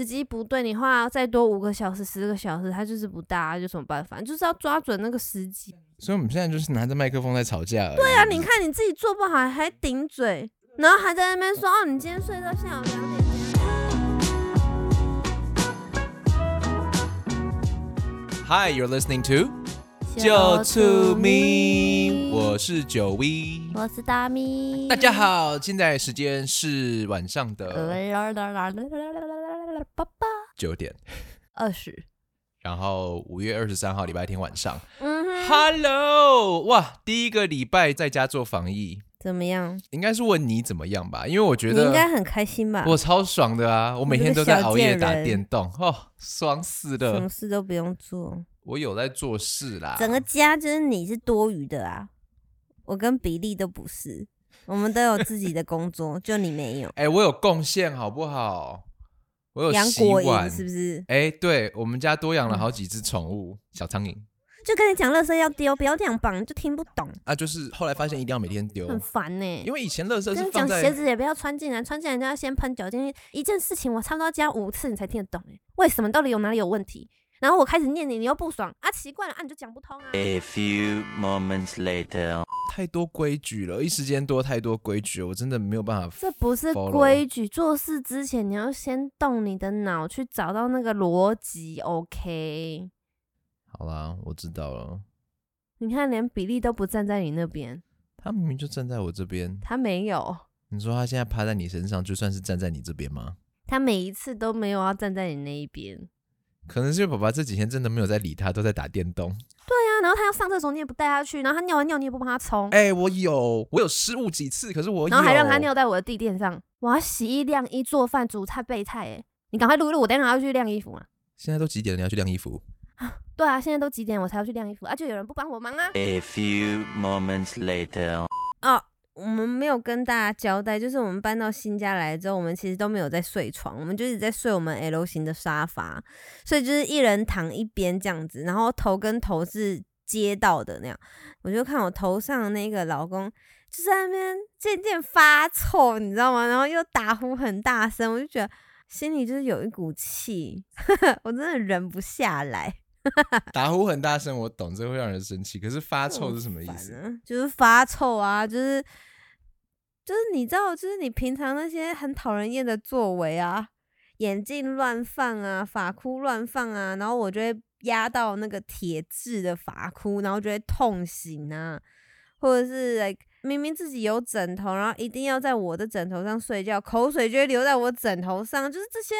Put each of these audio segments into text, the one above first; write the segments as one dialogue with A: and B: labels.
A: 时机不对，你花再多五个小时、十个小时，它就是不大，有什么办法？就是要抓准那个时机。
B: 所以我们现在就是拿着麦克风在吵架。对
A: 啊，你看你自己做不好，还顶嘴，然后还在那边说哦，你今天睡到下午两点。
B: Hi, you're listening to
A: 就醋
B: 醋咪
A: 咪，
B: 我是九 V。
A: 我是大咪，
B: 大家。好，现在时间是晚上的
A: 呃
B: 九点，
A: 二十，
B: 然后五月二十三号礼拜天晚上。
A: 嗯哼，
B: Hello，哇，第一个礼拜在家做防疫，
A: 怎么样？
B: 应该是问你怎么样吧？因为我觉
A: 你应该
B: 得
A: 很开心吧？
B: 我超爽的啊，我每天都在熬
A: 你
B: 夜打
A: 这个小贱人嗯
B: 电动，哦，爽死
A: 什
B: 了
A: 么。事都不用做，
B: 我有在做事啦，
A: 整个家就是你是多余的啊。我跟比利都不是，我们都有自己的工作，就你没有。
B: 哎、我有贡献好不好？我有
A: 杨
B: 洗
A: 果
B: 碗
A: 蝇，是不嗯是？
B: 哎、对我们家多养了好几只宠物、小苍蝇
A: 就跟你讲，垃圾要丢，不要这样绑，就听不懂，
B: 啊，就是后来发现一定要每天丢，
A: 很烦呢、
B: 因为以前垃圾
A: 跟
B: 是
A: 你讲，
B: 放
A: 鞋
B: 在
A: 子也不要穿进来，穿进来就要先喷酒精。一件事情我差不多要讲五次，你才听得懂哎、为什么？到底有哪里有问题？然后我开始念你，你又不爽啊，奇怪了啊，你就讲不通啊。
B: 哎
C: A few moments later.
B: 太多规矩了，一时间多太多规矩了，我真的没有办法。
A: 这不是
B: follow
A: 规矩，做事之前你要先动你的脑去找到那个逻辑，OK？
B: 好啦，我知道了，
A: 你看，连比利都不站在你那边，
B: 他明明就站在我这边，
A: 他没有，
B: 你说他现在趴在你身上，就算是站在你这边吗？
A: 他每一次都没有要站在你那一边。
B: 可能是因为爸爸这几天真的没有在理他，都在打电动。
A: 对啊，然后他要上厕所你也不带他去，然后他尿完尿你也不帮他冲，
B: 哎、我有，我有失误几次，可是我有，
A: 然后还让他尿在我的地垫上。我要洗衣晾衣、做饭、煮菜、备菜，哎，你赶快录一录，我等一下要去晾衣服嘛。
B: 现在都几点了？你要去晾衣服？
A: 对啊，现在都几点我才要去晾衣服啊？就有人不帮我忙啊。
C: A few moments later.
A: 哦我们没有跟大家交代，就是我们搬到新家来之后，我们其实都没有在睡床，我们就一直在睡我们 L 型的沙发，所以就是一人躺一边这样子，然后头跟头是接到的那样。我就看我头上的那个老公就在那边渐渐发臭，你知道吗？然后又打呼很大声，我就觉得心里就是有一股气， 我真的忍不下来。
B: 打呼很大声，我懂，这会让人生气。可是发臭是什么意
A: 烦
B: 思？
A: 啊？就是发臭啊，就是就是你知道，就是你平常那些很讨人厌的作为啊，眼镜乱放啊，发箍乱放啊，然后我就会压到那个铁质的发箍，然后就会痛醒啊，或者是 like。明明自己有枕头，然后一定要在我的枕头上睡觉，口水就会流在我枕头上，就是这些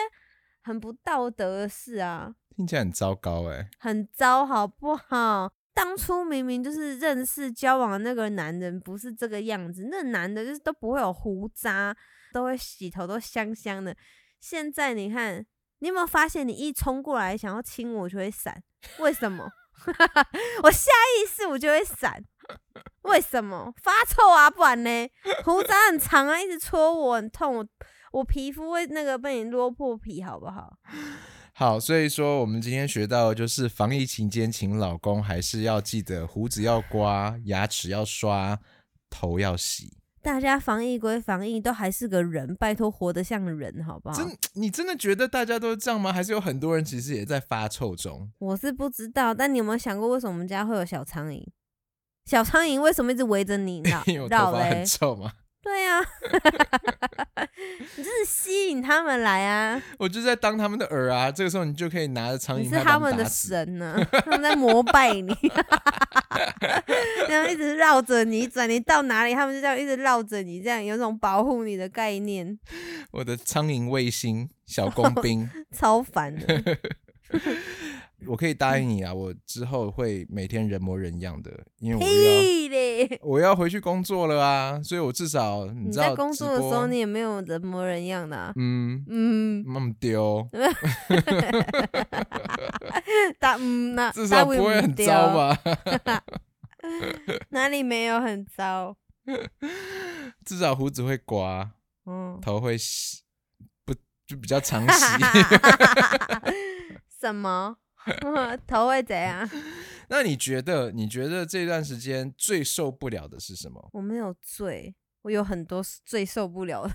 A: 很不道德的事啊。
B: 听起来很糟糕哎、
A: 很糟，好不好？当初明明就是认识交往的那个男人不是这个样子，那男的就是都不会有胡渣，都会洗头都香香的。现在你看，你有没有发现，你一冲过来想要亲我，我就会闪，为什么？ 我下意识我就会闪，为什么？发臭啊，不然呢？胡渣很长啊，一直戳我，很痛，我我皮肤会那个被你落破皮，好不好？
B: 好，所以说我们今天学到的就是防疫期间，请老公还是要记得胡子要刮，牙齿要刷，头要洗。
A: 大家防疫归防疫，都还是个人，拜托活得像人，好不好？
B: 真，你真的觉得大家都这样吗？还是有很多人其实也在发臭中？
A: 我是不知道，但你有没有想过，为什么我们家会有小苍蝇？小苍蝇为什么一直围着你绕
B: 因为我头
A: 绕
B: 发
A: 嘞
B: 很？臭嘛，
A: 对 呀、你就是吸引他们来啊！
B: 我就在当他们的饵啊。这个时候你就可以拿着苍
A: 你
B: 蝇，
A: 是
B: 把
A: 他们的
B: 打死。
A: 神呢、他们在膜拜你， 然后一直绕着你转，你到哪里，他们就这样一直绕着你，这样有种保护你的概念，
B: 我的苍蝇卫星小工 兵，
A: 超烦的。
B: 我可以答
A: 嗯
B: 应你啊，我之后会每天人模人样的，因为我要。
A: 屁嘞！
B: 我要回去工作了啊，所以我至少你
A: 你
B: 知道
A: 在工作的时
B: 直播
A: 候，你也没有人模人样的、啊。
B: 嗯
A: 嗯，
B: 那么丢，
A: 大嗯那
B: 至
A: 大
B: 少不
A: 卫
B: 会很
A: 丢
B: 糟？吧？
A: 哪里没有很糟？
B: 至少胡子会刮，
A: 嗯，
B: 头会洗，不就比较常洗。
A: 什么？ 头会怎样？
B: 那你觉得？你觉得这段时间最受不了的是什么？
A: 我没有醉，我有 很多最受不了的，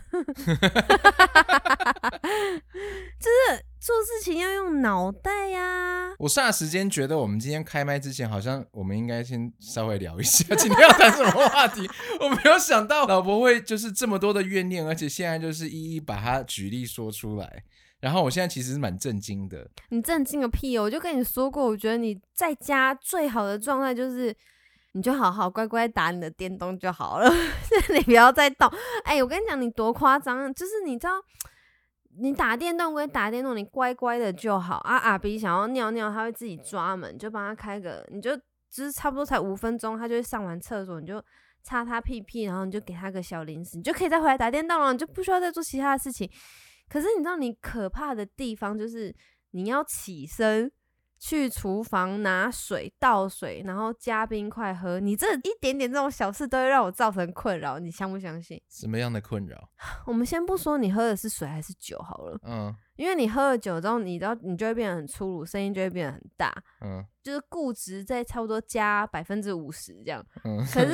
A: 就是做事情要用脑袋呀、
B: 我霎时间觉得，我们今天开麦之前，好像我们应该先稍微聊一下今天要谈什么话题。我没有想到老婆会就是这么多的怨念，而且现在就是一一把它举例说出来。然后我现在其实是蛮震惊的，
A: 你震惊个屁哦！我就跟你说过，我觉得你在家最好的状态就是，你就好好乖乖打你的电动就好了， 你不要再动。哎、我跟你讲，你多夸张，啊就是你知道，你打电动归打电动，你乖乖的就好啊。阿 B 想要尿尿，他会自己抓门，就帮他开个，你就就是差不多才五分钟，他就会上完厕所，你就。擦他屁屁，然后你就给他个小零食，你就可以再回来打电动了，你就不需要再做其他的事情。可是你知道，你可怕的地方就是你要起身去厨房拿水倒水，然后加冰块喝。你这一点点这种小事都会让我造成困扰，你相不相信？
B: 什么样的困扰？
A: 我们先不说你喝的是水还是酒好了，
B: 嗯
A: 因为你喝了酒之后，你知道你就会变得很粗鲁，声音就会变得很大，
B: 嗯
A: 就是固执在差不多加百分之五十这样。
B: 嗯，
A: 可是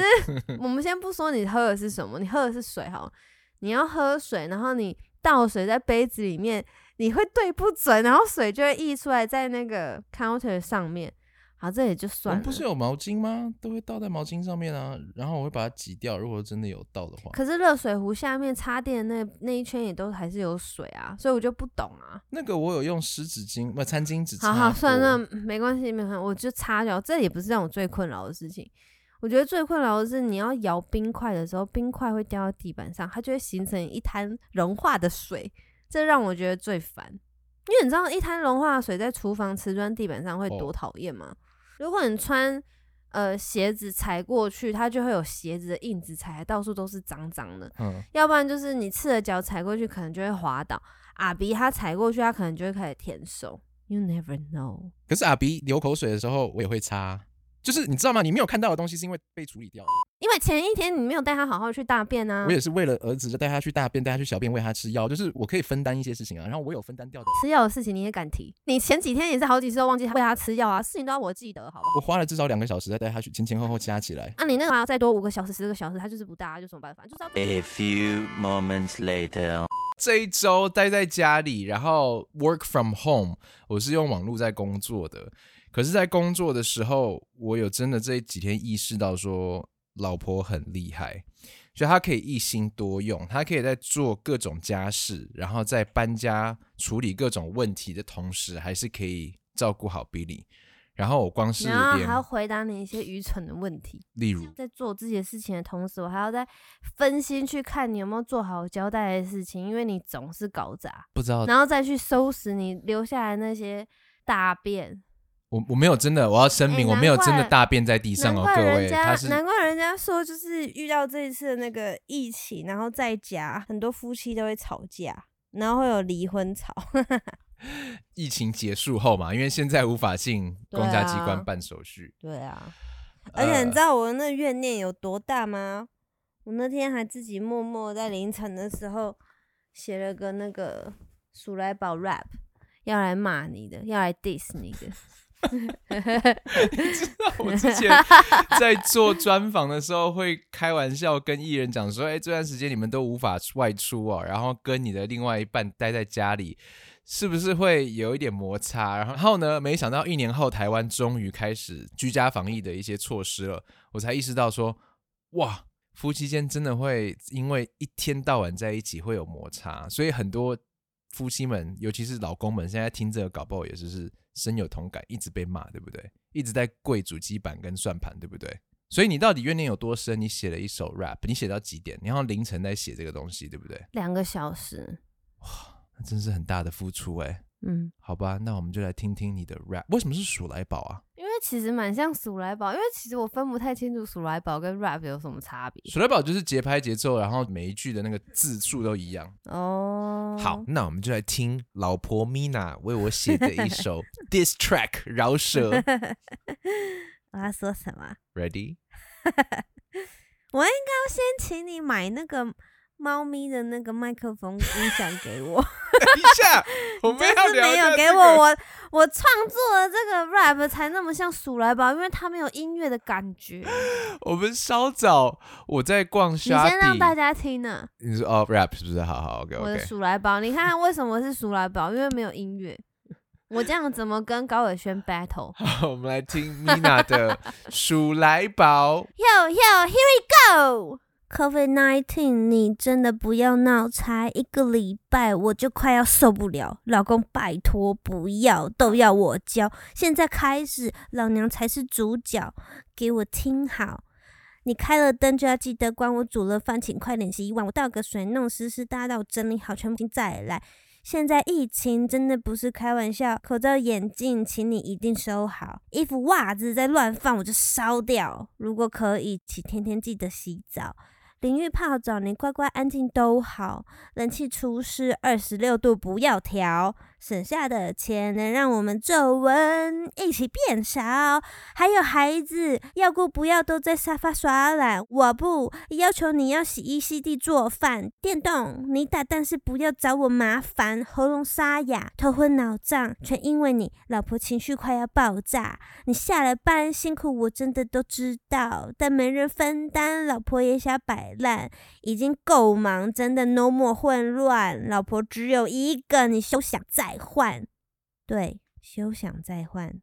A: 我们先不说你喝的是什么，你喝的是水好了，你要喝水，然后你倒水在杯子里面，你会对不准，然后水就会溢出来在那个 counter 上面。好，这也就
B: 我
A: 算
B: 们
A: 了。
B: 不是有毛巾吗？都会倒在毛巾上面啊，然后我会把它挤掉。如果真的有倒的话，
A: 可是热水壶下面插电的那那一圈也都还是有水啊，所以我就不懂啊。
B: 那个我有用湿纸巾，不餐巾纸啊
A: 好
B: 擦过。
A: 好，算了，那没关系，没关系，我就擦掉。这也不是让我最困扰的事情。我觉得最困扰的是你要摇冰块的时候，冰块会掉到地板上，它就会形成一滩融化的水，这让我觉得最烦。因为你知道，一滩融化的水在厨房瓷砖地板上会多
B: 哦
A: 讨厌吗？如果你穿呃鞋子踩过去，它就会有鞋子的印子踩，到处都是脏脏的。
B: 嗯，
A: 要不然就是你赤着脚踩过去，可能就会滑倒。阿比他踩过去，他可能就会开始舔手。You never know。
B: 可是阿鼻流口水的时候，我也会擦。就是你知道吗？你没有看到的东西是因为被处理掉的。
A: 因为前一天你没有带他好好去大便啊
B: 我，也是为了儿子，就带他去大便，带他去小便，喂他吃药，就是我可以分担一些事情啊。然后我有分担掉的，
A: 吃药的事情你也敢提？你前几天也是好几次都忘记喂他吃药啊，事情都要我记得，好吧？
B: 我花了至少两个小时在带他去，前前后后加起来。
A: 啊，你那个还要再多五个小时、十个小时，他就是不大，就什么办法？就是要
B: 哎
C: A few moments later.
B: 这一周待在家里，然后 work from home，我是用网络在工作的。可是，在工作的时候，我有真的这几天意识到说，老婆很厉害，就她可以一心多用，她可以在做各种家事，然后在搬家处理各种问题的同时，还是可以照顾好 Billy。然后我光是
A: 哎然后还
B: 连
A: 要回答你一些愚蠢的问题。
B: 例如
A: 在做自己的事情的同时，我还要在分心去看你有没有做好交代的事情，因为你总是搞砸，
B: 不知道
A: 然后再去收拾你留下来那些大便。
B: 我我没有真的，我要声明、
A: 哎
B: 我没有真的
A: 难怪
B: 大便在地上
A: 难
B: 哦，
A: 怪
B: 各
A: 人
B: 位，
A: 家
B: 他，是
A: 难怪人家说，就是遇到这一次的那个疫情，然后在家很多夫妻都会吵架，然后会有离婚 吵。
B: 疫情结束后嘛，因为现在无法进公家机关办手续，
A: 对啊，
B: 呃
A: 而且你知道我那怨念有多大吗？我那天还自己默默在凌晨的时候写了个那个鼠来宝 rap，要来骂你的，要来 diss 你的。
B: 我之前在做专访的时候会开玩笑跟艺人讲说，哎、这段时间你们都无法外出哦，然后跟你的另外一半待在家里，是不是会有一点摩擦？然后呢，没想到一年后台湾终于开始居家防疫的一些措施了，我才意识到说，哇。夫妻间真的会因为一天到晚在一起会有摩擦，所以很多夫妻们，尤其是老公们，现在听这个搞不好也是是深有同感，一直被骂，对不对？一直在跪主机板跟算盘，对不对？所以你到底怨念有多深？你写了一首 rap，你写到几点？你好像凌晨在写这个东西，对不对？
A: 两个小时，
B: 那真是很大的付出哎、
A: 嗯，
B: 好吧，那我们就来听听你的 rap。为什么是鼠来宝啊？
A: 因为其实蛮像鼠来宝，因为其实我分不太清楚鼠来宝跟 rap 有什么差别。
B: 鼠来宝就是节拍节奏，然后每一句的那个字数都一样。
A: 哦，
B: 好，，那我们就来听老婆 Mina 为我写的 一首 diss track 饶舌。
A: 我要说什么？
B: Ready？
A: 我应该先请你买那个猫咪的那个麦克风音响给我。
B: 等一下，我
A: 就
B: 们要
A: 是
B: 聊
A: 没
B: 一下
A: 有
B: 这
A: 给
B: 个
A: 我，我我创作的这个 rap 才那么像鼠来宝，因为它没有音乐的感 觉。
B: 我们稍早我在逛
A: 你先让大
B: Shopee，
A: 家听呢、
B: 你说哦 rap 是不是？好好，OK
A: 我的
B: OK。
A: 鼠来宝，你看看为什么是鼠来宝，因为没有音乐。我这样怎么跟高尔轩 battle？
B: 好，我们来听 Mina 的《鼠来宝》。
A: Yo yo, here we go. COVID nineteen，你真的不要闹，才一个礼拜我就快要受不了。老公，拜托不要，都要我教。现在开始，老娘才是主角，给我听好。你开了灯就要记得关，我煮了饭请快点洗碗，我倒个水弄湿湿哒哒，我整理好全部再来。现在疫情真的不是开玩笑，口罩、眼镜，请你一定收好。衣服、袜子再乱放，我就烧掉。如果可以，请天天记得洗澡。淋浴、泡澡，你乖乖安静都好。冷气除湿，二十六度不要调。省下的钱能让我们皱纹一起变少。还有孩子，要顾不要都在沙发耍懒，我不要求你要洗衣、洗地、做饭、电动，你打，但是不要找我麻烦。喉咙沙哑、头昏脑胀，全因为你。老婆情绪快要爆炸，你下了班辛苦我真的都知道，但没人分担，老婆也想摆烂，已经够忙，真的 no more 混乱。老婆只有一个，你休想再换。对，休想再换。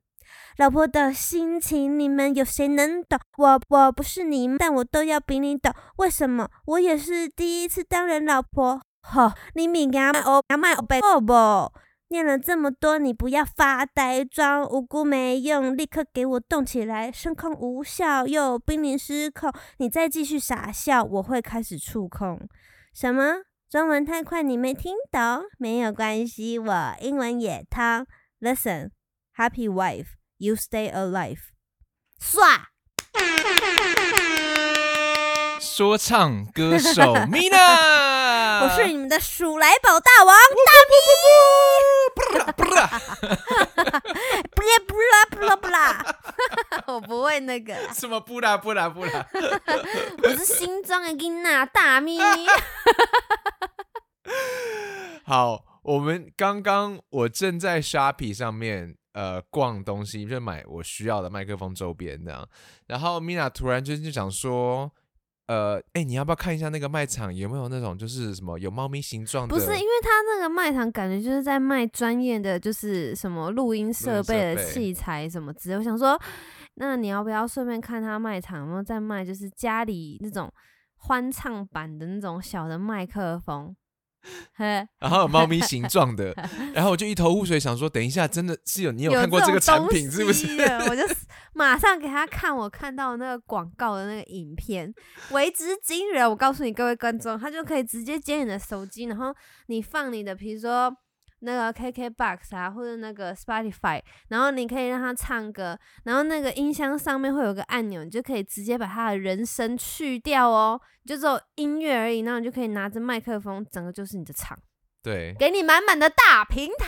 A: 老婆的心情，你们有谁能懂？我我不是你们，但我都要比你懂。为什么？我也是第一次当人老婆。吼、你敏感哦，敢卖哦背后不？念了这么多，你不要发呆，装无辜没用，立刻给我动起来！声控无效又濒临失控，你再继续傻笑，我会开始触控。什么？中文太快，你没听懂？没有关系，我英文也通。Listen, happy wife. You stay alive。帅，
B: 说唱 歌手 Mina，
A: 我是你们的鼠来宝大王
B: 不啦
A: 大咪，不啦不啦不啦不啦， 我不会那个，
B: 什么不啦不啦不啦，
A: 我是新装的囡娜大咪。
B: 好，我们刚刚我正在 Shopee 上面呃逛东西，就买我需要的麦克风周边这样。然后 Mina 突然间就想说，呃，哎、你要不要看一下那个卖场有没有那种就是什么有猫咪形状的？
A: 不是，因为他那个卖场感觉就是在卖专业的，就是什么录音设备
B: 录音
A: 的
B: 设备
A: 器材什么之类。我想说，那你要不要顺便看他卖场有没有在卖，就是家里那种欢唱版的那种小的麦克风？ 嘿，
B: 然后有猫咪形状的，然后我就一头雾水，想说等一下，真的是有你有
A: 有
B: 看过这
A: 这
B: 个
A: 种
B: 产
A: 东
B: 品是不是？
A: 西了我就马上给他看我看到的那个广告的那个影片，为之惊人。我告诉你各位观众，他就可以直接接你的手机，然后你放你的，比如说那个 KKBox 啊，或者那个 Spotify，然后你可以让他唱歌，然后那个音箱上面会有个按钮，你就可以直接把他的人声去掉哦，你就只有音乐而已，然后你就可以拿着麦克风，整个就是你的场，
B: 对，
A: 给你满满的大平台。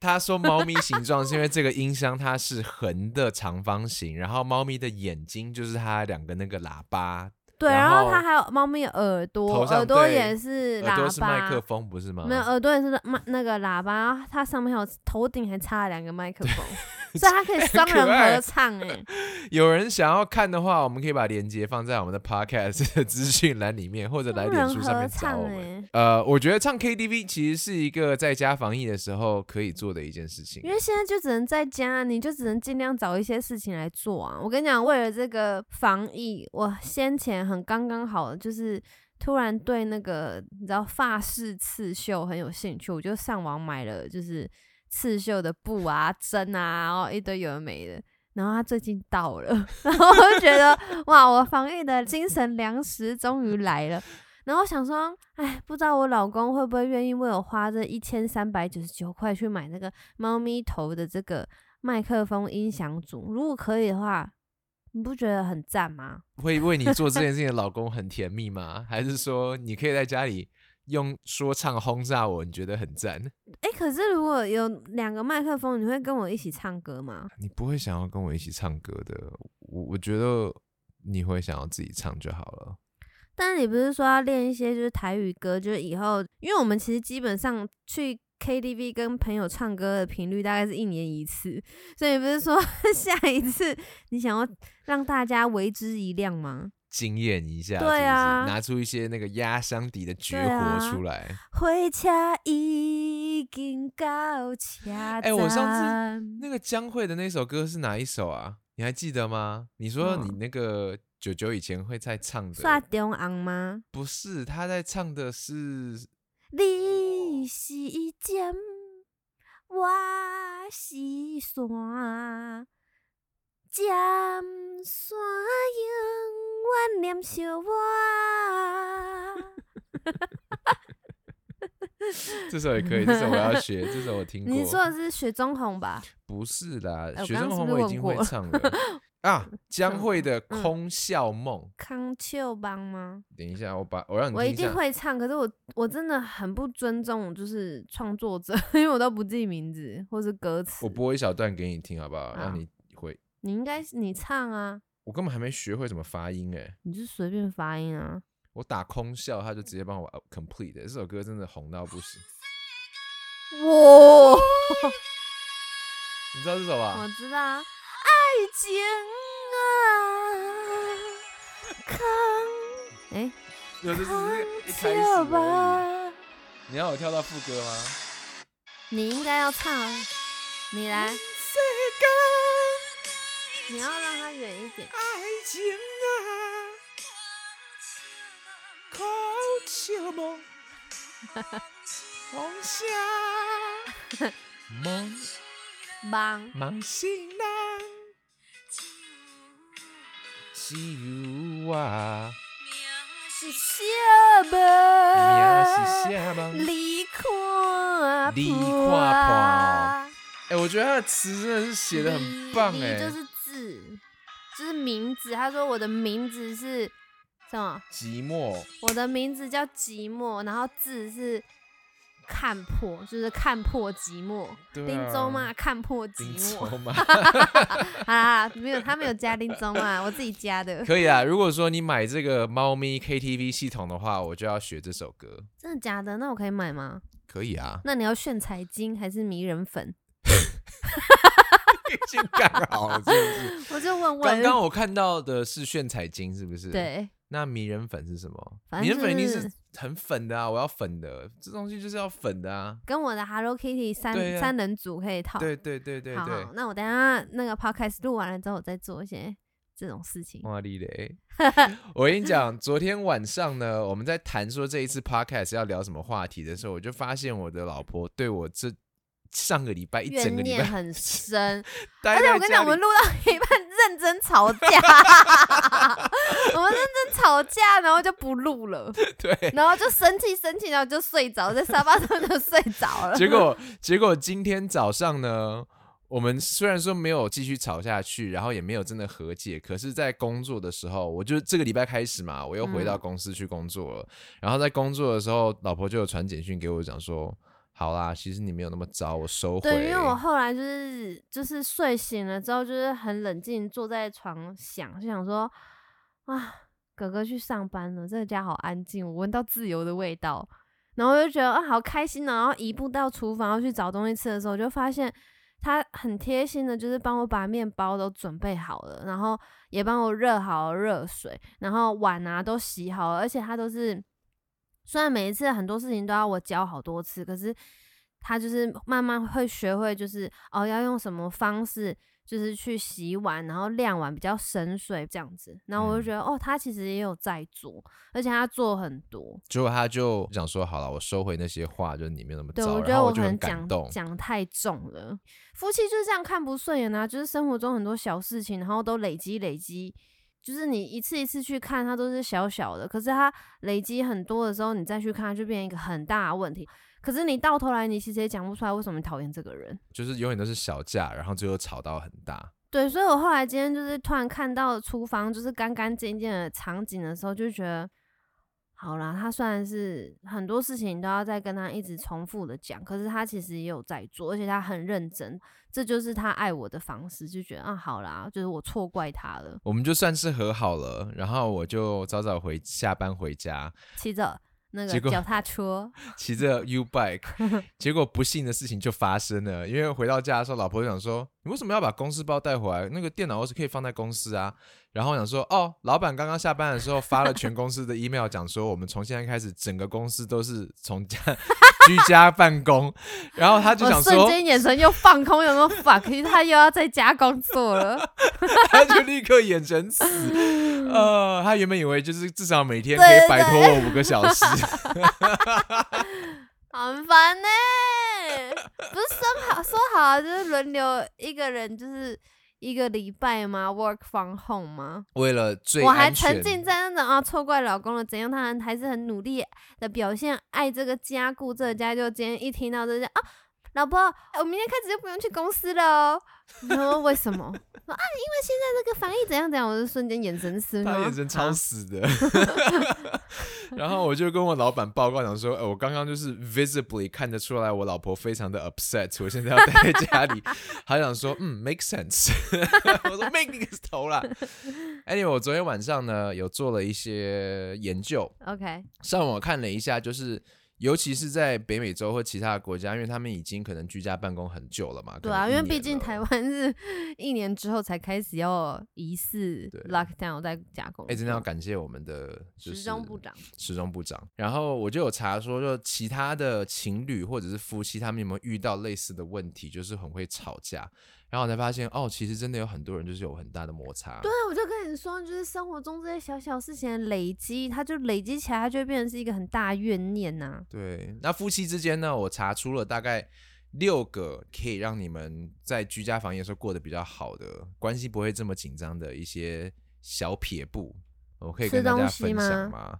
B: 他说猫咪形状是因为这个音箱它是横的长方形，然后猫咪的眼睛就是它两个那个喇叭，
A: 对，
B: 然
A: 然后
B: 后
A: 它还有猫咪的耳朵，
B: 头上
A: 耳朵
B: 对
A: 也是
B: 耳
A: 喇
B: 朵
A: 叭，
B: 是麦克风啊不是吗？
A: 没有，耳朵也是麦那个喇叭，然后它上面还有头顶还插了两个麦克风，所以它可以双
B: 可爱
A: 人合唱哎、
B: 有人想要看的话，我们可以把链接放在我们的 podcast 的资讯栏里面，或者来
A: 双
B: 脸
A: 人
B: 书上
A: 合
B: 面找
A: 唱
B: 我
A: 哎、
B: 们。呃，我觉得唱 KTV 其实是一个在家防疫的时候可以做的一件事情
A: 因。为现在就只能在家，啊你就只能尽量找一些事情来做啊。我跟你讲，为了这个防疫，我先前很刚刚好，就是突然对那个你知道发饰刺绣很有兴趣，我就上网买了，就是刺绣的布啊、针啊，然后一堆有的没的。然后它最近到了， 然后我就觉得哇，我防疫的精神粮食终于来了。然后我想说，哎，不知道我老公会不会愿意为我花这一千三百九十九块去买那个猫咪头的这个麦克风
B: 嗯
A: 音响组，如果可以的话，你不觉得很赞吗？
B: 会 为你做这件事情的老公很甜蜜吗？还是说你可以在家里用说唱轰炸我？你觉得很赞？
A: 诶，可是如果有两个麦克风，你会跟我一起唱歌吗？
B: 你不会想要跟我一起唱歌的，我我觉得你会想要自己唱就好了。
A: 但是你不是说要练一些就是台语歌，就是以后，因为我们其实基本上去 KTV 跟朋友唱歌的频率大概是一年一次，所以不是 说下一次你想要让大家为之一亮吗？
B: 惊艳一下，
A: 对
B: 是不是
A: 啊
B: 拿出一些那个压箱底的绝
A: 对
B: 活
A: 啊
B: 出来。
A: 回家已经到家站。
B: 哎我上次那个江蕙的那首歌是哪一首啊？你还记得吗？你说
A: 嗯
B: 你那个久久以前会在唱
A: 是啊
B: 的，
A: 中昂吗？
B: 不是他在唱的是
A: 你是剑，我是山，剑山永远念着我。
B: 这首也可以，这首我要学，这首我听过。
A: 你说的是雪中红吧？
B: 不是啦，
A: 哎我
B: 学
A: 刚刚
B: 生
A: 是不
B: 红
A: 是
B: 我已
A: 问
B: 经
A: 过
B: 会
A: 了
B: 唱了啊。江
A: 嗯
B: 蕙的《
A: 嗯
B: 空笑梦》，
A: 康秀帮吗？
B: 等一下，我把我让你
A: 我
B: 听
A: 一
B: 一下
A: 定。会唱，可是我我真的很不尊重，就是创作者，因为我都不记名字或是歌词
B: 我。播一小段给你听，好不好？让
A: 好
B: 你回。
A: 你应该是你唱啊，
B: 我根本还没学会怎么发音哎、
A: 你就随便发音啊。
B: 我打空笑，他就直接帮我呃 complete 了。这首歌真的红到不行，
A: 哇！
B: 你知道这首
A: 我
B: 吧？
A: 知道啊，爱情 啊，康哎，
B: 有，这只是一
A: 康秀
B: 开始而已。
A: 吧，
B: 你要我跳到副歌吗？
A: 你应该要唱啊，你来，你要让它远一点。
B: 爱情啊，空笑梦，梦想，梦
A: 帮
B: 梦醒啦，只有我，
A: 是小
B: 哎
A: 吧，
B: 命是啥梦？
A: 你看
B: 你看
A: 啊
B: 破哎、我觉得他的词真的是写的很棒
A: 李
B: 哎、
A: 就是字，就是名字。他说我的名字是什么？
B: 寂寞，
A: 我的名字叫寂寞，然后字是看破，就是看破寂寞。
B: 对啊
A: 林州嘛，看破寂
B: 丁
A: 寞。
B: 愁嘛，
A: 啊，没有，他没有加林州嘛，我自己加的。
B: 可以啊。如果说你买这个猫咪 KTV 系统的话，我就要学这首歌，
A: 真的假的？那我可以买吗？。
B: 可以啊
A: 那你要炫彩金还是迷人粉？
B: 已经干好了，是不是？
A: 我就问
B: 刚
A: 问。
B: 刚我看到的是炫彩金，是不是？。
A: 对，
B: 那迷人粉是什么？
A: 反
B: 迷
A: 正
B: 人粉一定
A: 就是
B: 是很粉的啊！我要粉的，这东西就是要粉的啊！
A: 跟我的 Hello Kitty 三、
B: 对啊
A: 三人组可以套。
B: 对对对对
A: 好
B: 对
A: 好，。那我等一下那个 podcast 录完了之后，我再做一些这种事情。
B: 哇 哩嘞！我跟你讲，昨天晚上呢，我们在谈说这一次 podcast 要聊什么话题的时候，我就发现我的老婆对我这上个礼拜一整
A: 怨
B: 个礼
A: 念
B: 拜，
A: 很深，
B: 待
A: 而且
B: 在
A: 我跟你讲，我
B: 家
A: 们
B: 里
A: 录到一半认真吵架，我们认真吵架，然后就不录了，
B: 对，
A: 然后就生气生气，然后就睡着，在沙发上就睡着 了。
B: 结果结果今天早上呢，我们虽然说没有继续吵下去，然后也没有真的和解，可是，在工作的时候，我就这个礼拜开始嘛，我又回到
A: 嗯
B: 公司去工作了。然后在工作的时候，老婆就有传简讯给我，讲说。好啦，其实你没有那么糟，我收回。
A: 对，因为我后来就是就是睡醒了之后，就是很冷静坐在床想，就想说啊，哥哥去上班了，这个家好安静，我闻到自由的味道，然后我就觉得啊好开心哦。然后移步到厨房要去找东西吃的时候，我就发现他很贴心的，就是帮我把面包都准备好了，然后也帮我热好热水，然后碗啊都洗好了，而且他都是虽然每一次很多事情都要我教好多次，可是他就是慢慢会学会，就是哦要用什么方式。就是去洗碗，然后晾碗比较省水这样子，然后我就
B: 嗯
A: 觉得、哦，他其实也有在做，而且他做很多，
B: 结果他就想说：“好了，我收回那些话，就是你没有那么
A: 对，
B: 糟。”
A: 觉
B: 然
A: 得
B: 后
A: 我可
B: 就很
A: 能
B: 感
A: 讲
B: 动。
A: 讲太重了，夫妻就是这样看不顺眼啊，就是生活中很多小事情，然后都累积累积，就是你一次一次去看，它都是小小的，可是它累积很多的时候，你再去看，它就变成一个很大的问题。可是你到头来，你其实也讲不出来为什么你讨厌这个人。
B: 就是永远都是小架，然后最后吵到很大。
A: 对，所以我后来今天就是突然看到厨房就是干干净净的场景的时候，就觉得，好啦，他虽然是很多事情都要再跟他一直重复的讲，可是他其实也有在做，而且他很认真，这就是他爱我的方式，就觉得啊，好啦，就是我错怪他了，
B: 我们就算是和好了，然后我就早早回下班回家，
A: 骑着。那
B: 结
A: 个
B: 果
A: 脚踏车，
B: 骑着 U bike，结果不幸的事情就发生了。因为回到家的时候，老婆就想说：“你为什么要把公司包带回来？那个电脑我是可以放在公司啊。”然后我想说：“哦，老板刚刚下班的时候发了全公司的 email，讲说我们从现在开始，整个公司都是从家 居家办公。”然后他就
A: 我
B: 想
A: 瞬
B: 说，
A: 间眼神又放空，有没有 fuck？他又要在家工作了，
B: 他就立刻眼 神死。呃，他原本以为就是至少每天可以
A: 对
B: 摆脱我五个 小时。
A: 很烦呢、不是说好说好啊就是轮流一个人，就是一个礼拜吗？Work from home 吗？
B: 为了最
A: 我还
B: 安
A: 沉
B: 全，
A: 浸在那种啊，错怪老公了，怎样？他还还是很努力的表现，爱这个家，顾这个家。就今天一听到这些啊，老婆，我明天开始就不用去公司了哦。然后为什么？ 说啊，因为现在这个防疫怎样怎样，我就瞬间眼神死
B: 他
A: 了。
B: 眼神超死的。 然后我就跟我老板报告讲说，呃，我刚刚就是 visibly 看得出来，我老婆非常的 upset，我现在要待在家 里。他想说，嗯，make sense。我 说 make 你个头啦。Anyway，我昨天晚上呢有做了一些研究，
A: OK，
B: 上网看了一下，就是。尤其是在北美洲或其他的国家，因为他们已经可能居家办公很久了嘛。
A: 对啊，因为毕竟
B: 台湾。
A: 台湾是一年之后才开始要疑似
B: 对啊
A: lockdown 在家工作。
B: 哎、真的要感谢我们的、就是、
A: 时钟部长，
B: 时钟部长。然后我就有查说，就其他的情侣或者是夫妻，他们有没有遇到类似的问题，就是很会吵架。然后我才发现，哦，其实真的有很多人就是有很大的摩擦。
A: 对，啊，我就跟你说，就是生活中这些小小事情的累积，它就累积起来，它就会变成是一个很大的怨念呐、
B: 对，那夫妻之间呢，我查出了大概六个可以让你们在居家防疫的时候过得比较好的，关系不会这么紧张的一些小撇步，我可以跟
A: 吃
B: 大家
A: 东西
B: 分
A: 吗
B: 享吗？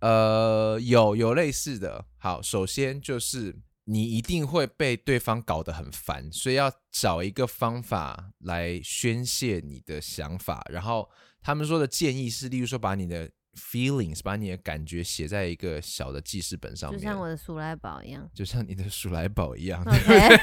B: 呃，有有类似的。好，首先就是你一定会被对方搞得很烦，所以要找一个方法来宣泄你的想法。然后他们说的建议是，例如说把你的 feelings，把你的感觉写在一个小的记事本上
A: 就
B: 面，
A: 像我的鼠来宝一样。
B: 就像你的鼠来宝一 样。
A: OK，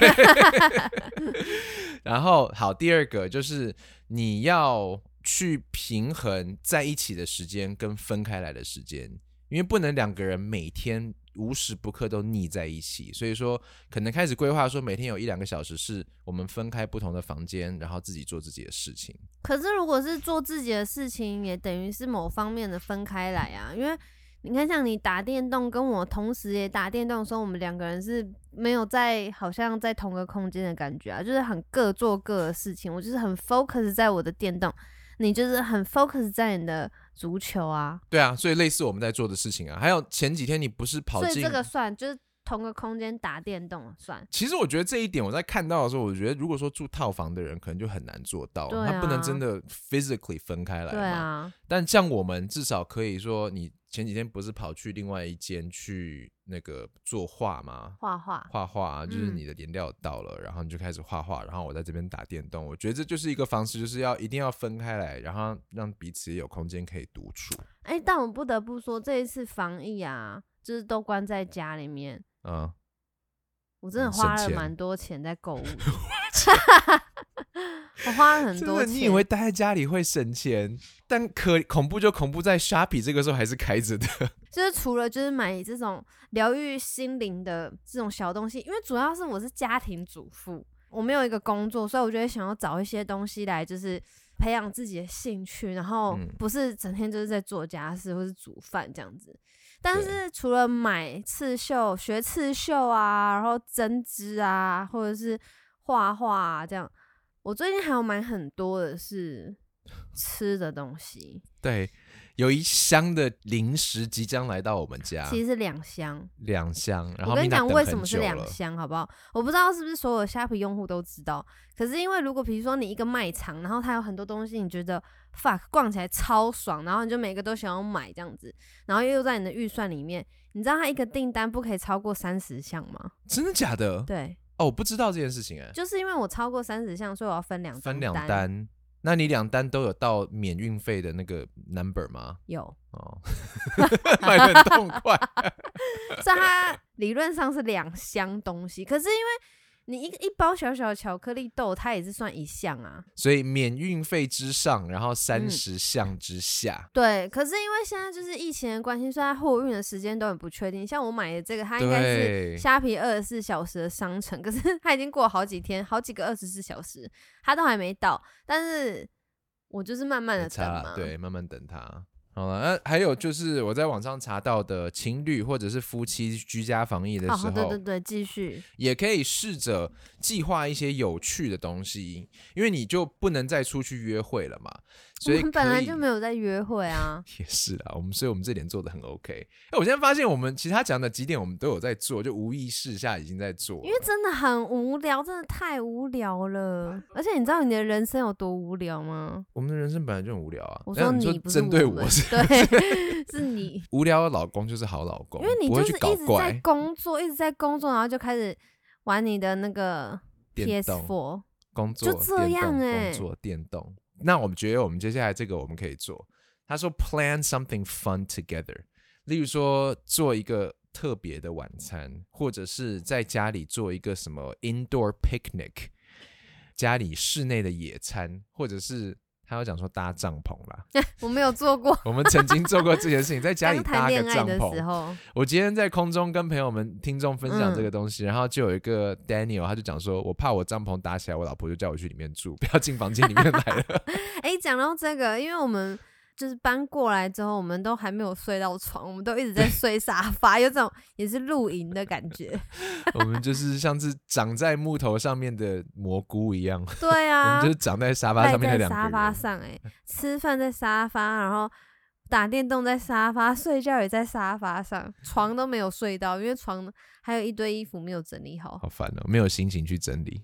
B: 然后好，第二个就是你要去平衡在一起的时间跟分开来的时间，因为不能两个人每天无时不刻都腻在一起，所以说可能开始规划说每天有一两个小时是我们分开不同的房间，然后自己做自己的事情。
A: 可是如果是做自己的事情，也等于是某方面的分开来啊，因为。你看，像你打电动，跟我同时也打电动的时候，我们两个人是没有在好像在同个空间的感觉啊，就是很各做各的事情。我就是很 focus 在我的电动，你就是很 focus 在你的足球啊，
B: 对啊，所以类似我们在做的事情啊，还有前几天你不是跑
A: 所以
B: 进
A: 这个算就是同个空间打电动算。
B: 其实我觉得这一点，我在看到的时候，我觉得如果说住套房的人，可能就很难做到，
A: 对
B: 他不能
A: 啊
B: 真的 physically 分开来嘛。
A: 对啊，
B: 但像我们至少可以说，你前几天不是跑去另外一间去那个作画吗？
A: 画画。
B: 画画啊、就是
A: 嗯
B: 你的颜料到了，然后你就开始画画，然后我在这边打电动。我觉得这就是一个方式，就是要一定要分开来，然后让彼此有空间可以独处。
A: 哎、但我不得不说，这一次防疫啊，就是都关在家里面，
B: 嗯，
A: 我真的
B: 嗯省
A: 花了
B: 钱
A: 蛮多钱在购物的。 我花了很
B: 真
A: 多
B: 的，
A: 钱。
B: 你以为待在家里会省钱？但可恐怖就恐怖在 Shopee 这个时候还是开着的。
A: 就是除了就是买这种疗愈心灵的这种小东西，因为主要是我是家庭主妇，我没有一个工作，所以我就会想要找一些东西来就是培养自己的兴趣，然后
B: 嗯
A: 不是整天就是在做家事或是煮饭这样子。但
B: 对
A: 是除了买刺绣、学刺绣啊，然后针织啊，或者是画画啊这样，我最近还有买很多的是吃的东西，
B: 对，有一箱的零食即将来到我们家，
A: 其实是两箱。
B: 两箱。然后
A: 我跟你
B: Mina
A: 讲，
B: 等
A: 为
B: 很
A: 什么是
B: 久
A: 两
B: 了
A: 箱，好不好？我不知道是不是所有虾皮用户都知道，可是因为如果比如说你一个卖场，然后它有很多东西，你觉得 fuck 逛起来超爽，然后你就每个都想要买这样子，然后又在你的预算里面，你知道它一个订单不可以超过三十项吗？
B: 真的假的？
A: 对，
B: 哦，我不知道这件事情哎、
A: 就是因为我超过三十项，所以我要分两
B: 分
A: 张
B: 两单，那你两单都有到免运费的那个 number 吗？
A: 有，
B: 哦，买的很痛快。
A: 所以它理论上是两箱东西，可是因为你一个一包小小的巧克力豆，它也是算一项啊。
B: 所以免运费之上，然后三
A: 嗯
B: 十项之下，
A: 对，可是因为现在就是疫情的关系，所以它货运的时间都很不确定。像我买的这个，它应该是
B: 对，
A: 虾皮二十四小时的商城，可是 它已经过了好几天，好几个二十四小时，它都还没到。但是我就是慢慢的
B: 没
A: 等
B: 差
A: 嘛
B: 啦，，对，慢慢等它。好了，那还有就是我在网上查到的情侣或者是夫妻居家防疫的时
A: 哦，对
B: 候
A: 对，对，继续，
B: 也可以试着计划一些有趣的东西，因为你就不能再出去约会了嘛，
A: 我
B: 所以
A: 们本
B: 可
A: 来
B: 以
A: 就没有在约会啊。
B: 也是啦，我们所以我们这点做的很 OK。哎，我现在发现我们其他讲的几点我们都有在做，就无意识下已经在做了，
A: 因为真的很无聊，真的太无聊了。而且你知道你的人生有多无聊吗？
B: 我们的人生本来就很无聊啊。
A: 我
B: 然后
A: 说
B: 你说
A: 不是
B: 针对
A: 我
B: 我
A: 们
B: 是
A: 对， 是你，
B: 无聊的老公就是好老公，
A: 因为你
B: 不会
A: 就是
B: 去
A: 一
B: 搞
A: 直在
B: 怪
A: 工作，一直在工作，然后就开始玩你的那个
B: 电动
A: PS4。
B: 工作，
A: 就这
B: 电动
A: 样欸
B: 工作电动。那我们觉得我们接下来这个我们可以做。他说 plan something fun together，例如说做一个特别的晚餐，或者是在家里做一个什么 indoor picnic，家里室内的野餐，或者是他要讲说搭帐篷啦。
A: 我没有做过，
B: 我们曾经做过这件事情，在 家里
A: 刚谈
B: 搭个
A: 恋爱
B: 帐
A: 的
B: 篷
A: 时。候，
B: 我今天在空中跟朋友们、听众分享这个
A: 嗯
B: 东西，然后就有一个 Daniel，他就讲说，我怕我帐篷搭起来，我老婆就叫我去里面住，不 要进房间里面来 了。
A: 哎、讲到这个，因为我们就是搬过来之后，我们都还没有睡到床，我们都一直在睡沙发，有种也是露营的感 觉。
B: 我们就是像是长在木头上面的蘑菇一样，
A: 对
B: 我
A: 啊
B: 们就，是长在沙发
A: 赖
B: 上面的
A: 在
B: 两
A: 沙
B: 个
A: 发
B: 人。
A: 上、欸，哎，吃饭在沙发，然后打电动在沙发，睡觉也在沙发上，床都没有睡到，因为床还有一堆衣服没有整理好。
B: 好烦哦，没有心情去整理。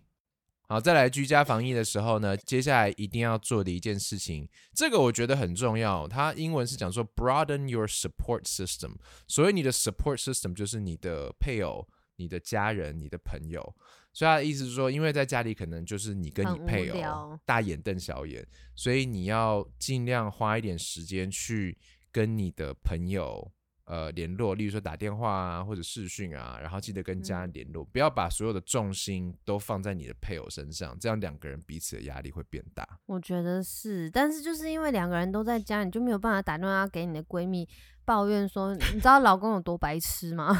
B: 好，再来居家防疫的时候呢，接下来一定要做的一件事情，这个我觉得很重要。它英文是讲说 broaden your support system，所以你的 support system 就是你的配偶、你的家人、你的朋友。所以他的意思是说，因为在家里可能就是你跟你
A: 很无
B: 配偶
A: 聊
B: 大眼瞪小眼，所以你要尽量花一点时间去跟你的朋友呃联络，例如说打电话啊或者视讯啊，然后记得跟
A: 嗯
B: 家人联络，不要把所有的重心都放在你的配偶身上，这样两个人彼此的压力会变大。
A: 我觉得是，但是就是因为两个人都在家，你就没有办法打电话给你的闺蜜抱怨说，你知道老公有多白痴吗？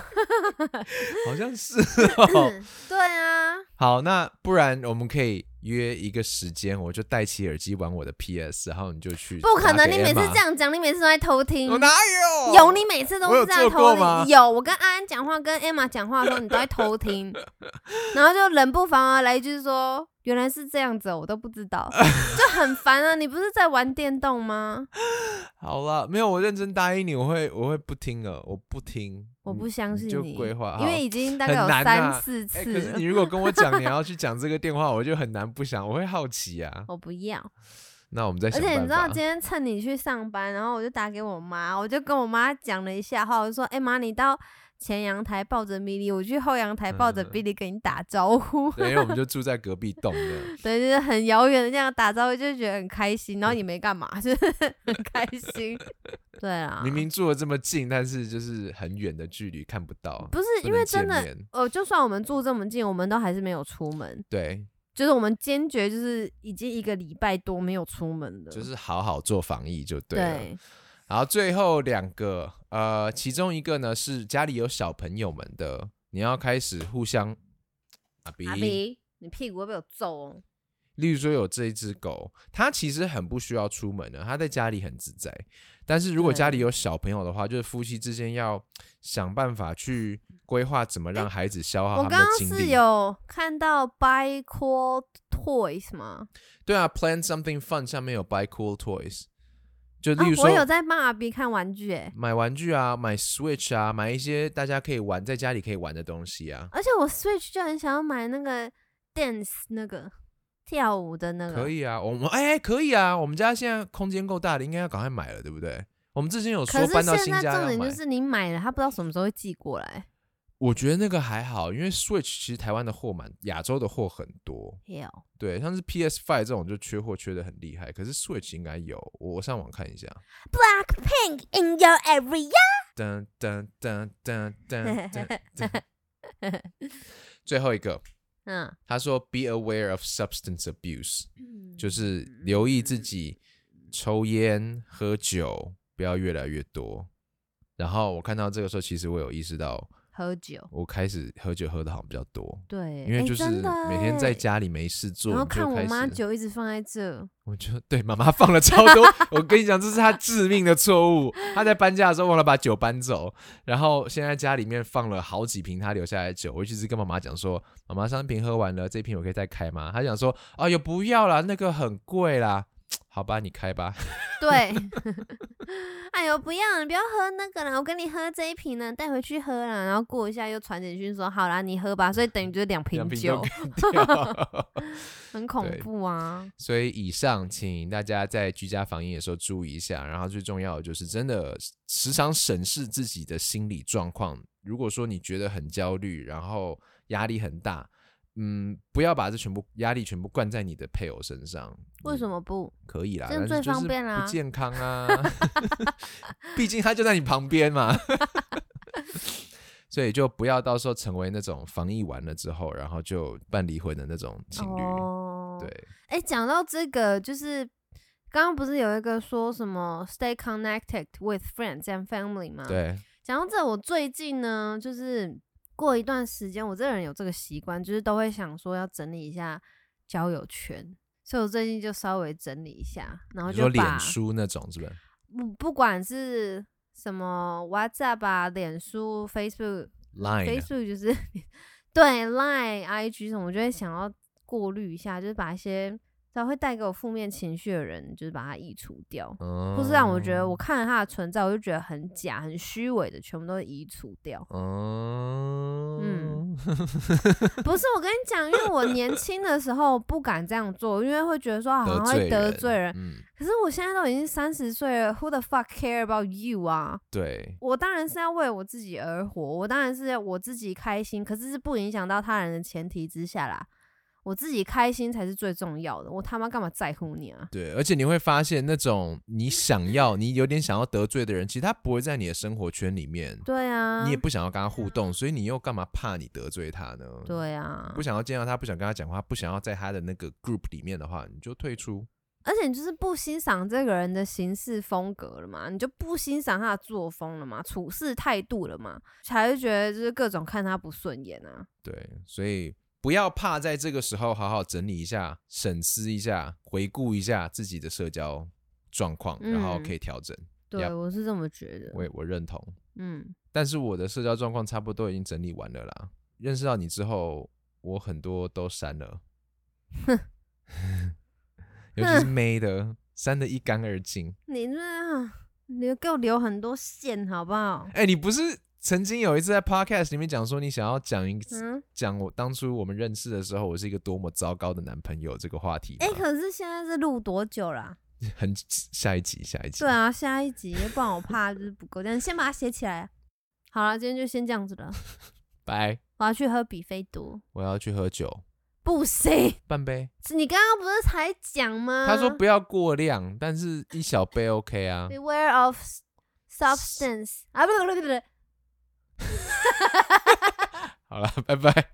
B: 好像是、 哦，
A: 对啊，
B: 好，那不然我们可以约一个时间，我就戴起耳机玩我的 PS，然后你就去。
A: 不可能，你每次这，样讲，你每次都在偷听。
B: 我哪有？
A: 有，你每次都
B: 哦我有
A: 是在
B: 做过
A: 偷
B: 吗
A: 听。有，我跟安安讲话，跟 Emma 讲话的时候，你都在偷听，然后就冷不防啊而来一句说：“原来是这样子哦，我都不知道，就很烦啊！你不是在玩电动吗？
B: 好了，没有，我认真答应你，我会我会不听了，我不听，
A: 我不
B: 嗯你
A: 相信
B: 就
A: 你，
B: 规划好
A: 因为已经大
B: 很
A: 概有
B: 难
A: 三
B: 啊
A: 四
B: 哎、
A: 次
B: 可是
A: 了。
B: 你如果跟我讲你要去讲这个电话，我就很难不想，我会好奇 啊。
A: 我不要，
B: 那我们再
A: 而
B: 想
A: 且你知道
B: 办法
A: 今天趁你去上班，然后我就打给我妈，我就跟我妈讲了一下话，我就说：“哎、妈，你到前阳台抱着米莉，我去后阳台抱着
B: 嗯
A: 比利给你打招呼。
B: 对，因为我们就住在隔壁 栋的。
A: 对，就是很遥远的这样打招呼，就觉得很开心，然后也没干嘛， 就是很开心。对啊，
B: 明明住的这么近，但是就是很远的距离看不到。
A: 不是
B: 不
A: 因为
B: 能见
A: 真的
B: 面，
A: 呃，就算我们住这么近，我们都还是没有出门，
B: 对，
A: 就是我们坚决就是已经一个礼拜多没有出门了。
B: 就是好好做防疫就对啊了。
A: 对，
B: 然后最后两个，呃，其中一个呢是家里有小朋友们的，你要开始互相阿比，
A: 阿比，你屁股会被我揍哦。
B: 例如说有这一只狗，它其实很不需要出门的，它在家里很自在。但是如果
A: 对
B: 家里有小朋友的话，就是夫妻之间要想办法去规划怎么让孩子消
A: 哎我
B: 耗他
A: 刚
B: 们的
A: 刚
B: 精
A: 是
B: 力。
A: 有看到 Buy Cool Toys 吗？
B: 对啊，Plan Something Fun 上面有 Buy Cool Toys，就
A: 哦
B: 例如，说、
A: 我有在帮阿比看玩具欸诶，
B: 买玩具啊，买 Switch 啊，买一些大家可以玩在家里可以玩的东西啊。
A: 而且我 Switch 就很想要买那个 dance 那个跳舞的那个，
B: 可以啊，我们哎、可以啊，我们家现在空间够大的，应该要赶快买了，对不对？我们之前有
A: 可
B: 说
A: 是
B: 搬到新
A: 现在
B: 家
A: 重
B: 要
A: 点
B: 买，
A: 就是你买了，他不知道什么时候会寄过来。
B: 我觉得那个还好，因为 Switch 其实台湾的货蛮，亚洲的货很多，
A: 有，
B: 对，像是 PS Five 这种就缺货缺的很厉害，可是 Switch 应该有，我上网看一下。
A: Blackpink in your area。
B: 噔嗯 噔噔噔噔噔噔。最后一个
A: 嗯，
B: 他说 “Be aware of substance abuse”，就是留意自己抽烟、喝酒，不要越来越多。然后我看到这个时候，其实我有意识到，
A: 喝酒，
B: 我开始喝酒喝的好像比较多，
A: 对，
B: 因为
A: 诶
B: 就是
A: 哎真的
B: 每天在
A: 诶
B: 家里没事做，
A: 然后
B: 你就
A: 看我
B: 开
A: 妈
B: 始
A: 酒一直放在这，
B: 我就对妈妈放了超多，我跟你讲，这是她致命的错误。她在搬家的时候忘了把酒搬走，然后现在家里面放了好几瓶她留下来的酒。我就一直跟妈妈讲说，妈妈上一瓶喝完了，这一瓶我可以再开吗？她讲说，哎呦不要啦，那个很贵啦。好吧，你开吧。
A: 对， 哎呦，不要，你不要喝那个啦，我跟你喝这一瓶呢，带回去喝啦。然后过一下又传简讯说，好啦，你喝吧。所以等于就是两
B: 两
A: 瓶
B: 瓶
A: 酒
B: 都，干掉。
A: 很恐
B: 对
A: 怖啊。
B: 所以以上，请大家在居家防疫的时候注意一下。然后最重要的就是，真的时常审视自己的心理状况。如果说你觉得很焦虑，然后压力很大，嗯，不要把这全部压力全部灌在你的配偶身上。
A: 为什
B: 嗯？
A: 么不？
B: 可以啦，
A: 这样
B: 但
A: 最
B: 是就是
A: 方便啦
B: 不健康 啊，毕竟他就在你旁边嘛。 所以就不要到时候成为那种防疫完了之后，然后就办离婚的那种情侣。
A: 哦，
B: 对，
A: 哎，讲到这个，就是刚刚不是有一个说什么 “stay connected with friends and family” 吗？。
B: 对，
A: 讲到这，我最近呢，就是过一段时间，我这个人有这个习惯，就是都会想说要整理一下交友圈，所以我最近就稍微整理一下，然后
B: 你
A: 就
B: 说
A: 把
B: 脸书那种是不是？
A: 不不管是什么 WhatsApp 啊、脸书、Facebook、
B: Line 啊
A: Facebook 就是 对 Line、IG 什么，我就会想要过滤一下，就是把一些只要会带给我负面情绪的人，就是把它移除掉，
B: 嗯，。
A: 或是啊让我觉得我看了他的存在，我就觉得很假、很虚伪的，全部都移除掉
B: 嗯
A: 嗯 不是我跟你讲，因为我年轻的时候不敢这样做，因为会觉得说好像会得罪人。
B: 嗯，
A: 可是我现在都已经三十岁了，Who the fuck care about you 啊？
B: 对，
A: 我当然是要为我自己而活，我当然是要我自己开心，可是是不影响到他人的前提之下啦。我自己开心才是最重要的，我他妈干嘛在乎你啊？
B: 对，而且你会发现那种你想要、你有点想要得罪的人，其实他不会在你的生活圈里面，
A: 对啊，
B: 你也不想要跟他互动，所以你又干嘛怕你得罪他呢？，
A: 对啊
B: 不，想要见到他，不想跟他讲话，不想要在他的那个 group 里面的话，你就退出。
A: 而且你就是不欣赏这个人的行事风格了嘛，你就不欣赏他的作风了嘛，处事态度了嘛，才会觉得就是各种看他不顺眼啊。
B: 对，所以不要怕在这个时候好好整理一下、审思一下、回顾一下自己的社交状况，然后
A: 嗯
B: 可以调整。
A: 对
B: Yup
A: 我是这么觉得。
B: 我也我认同，
A: 嗯，
B: 但是我的社交状况差不多已经整理完了啦。认识到你之后，我很多都删了，尤其是妹的，删的一干二净。
A: 你这样留给我留很多线好不好？
B: 哎、你不是曾经有一次在 podcast 里面讲说你想要讲一
A: 嗯，
B: 讲我当初我们认识的时候，我是一个多么糟糕的男朋友这个话题吗？
A: 哎、可是现在是录多久啦、
B: 很下一集，下一集。
A: 对啊，下一集，不然我怕就是不够。但先把它写起来。好了，今天就先这样子了。
B: 拜，
A: 我要去喝比菲多，
B: 我要去喝酒，
A: 不行，
B: 半杯。
A: 是你刚刚不是才讲吗？
B: 他说不要过量，但是一小杯 OK 啊。
A: beware of s- substance 啊，不不不不不，
B: 好了，拜拜。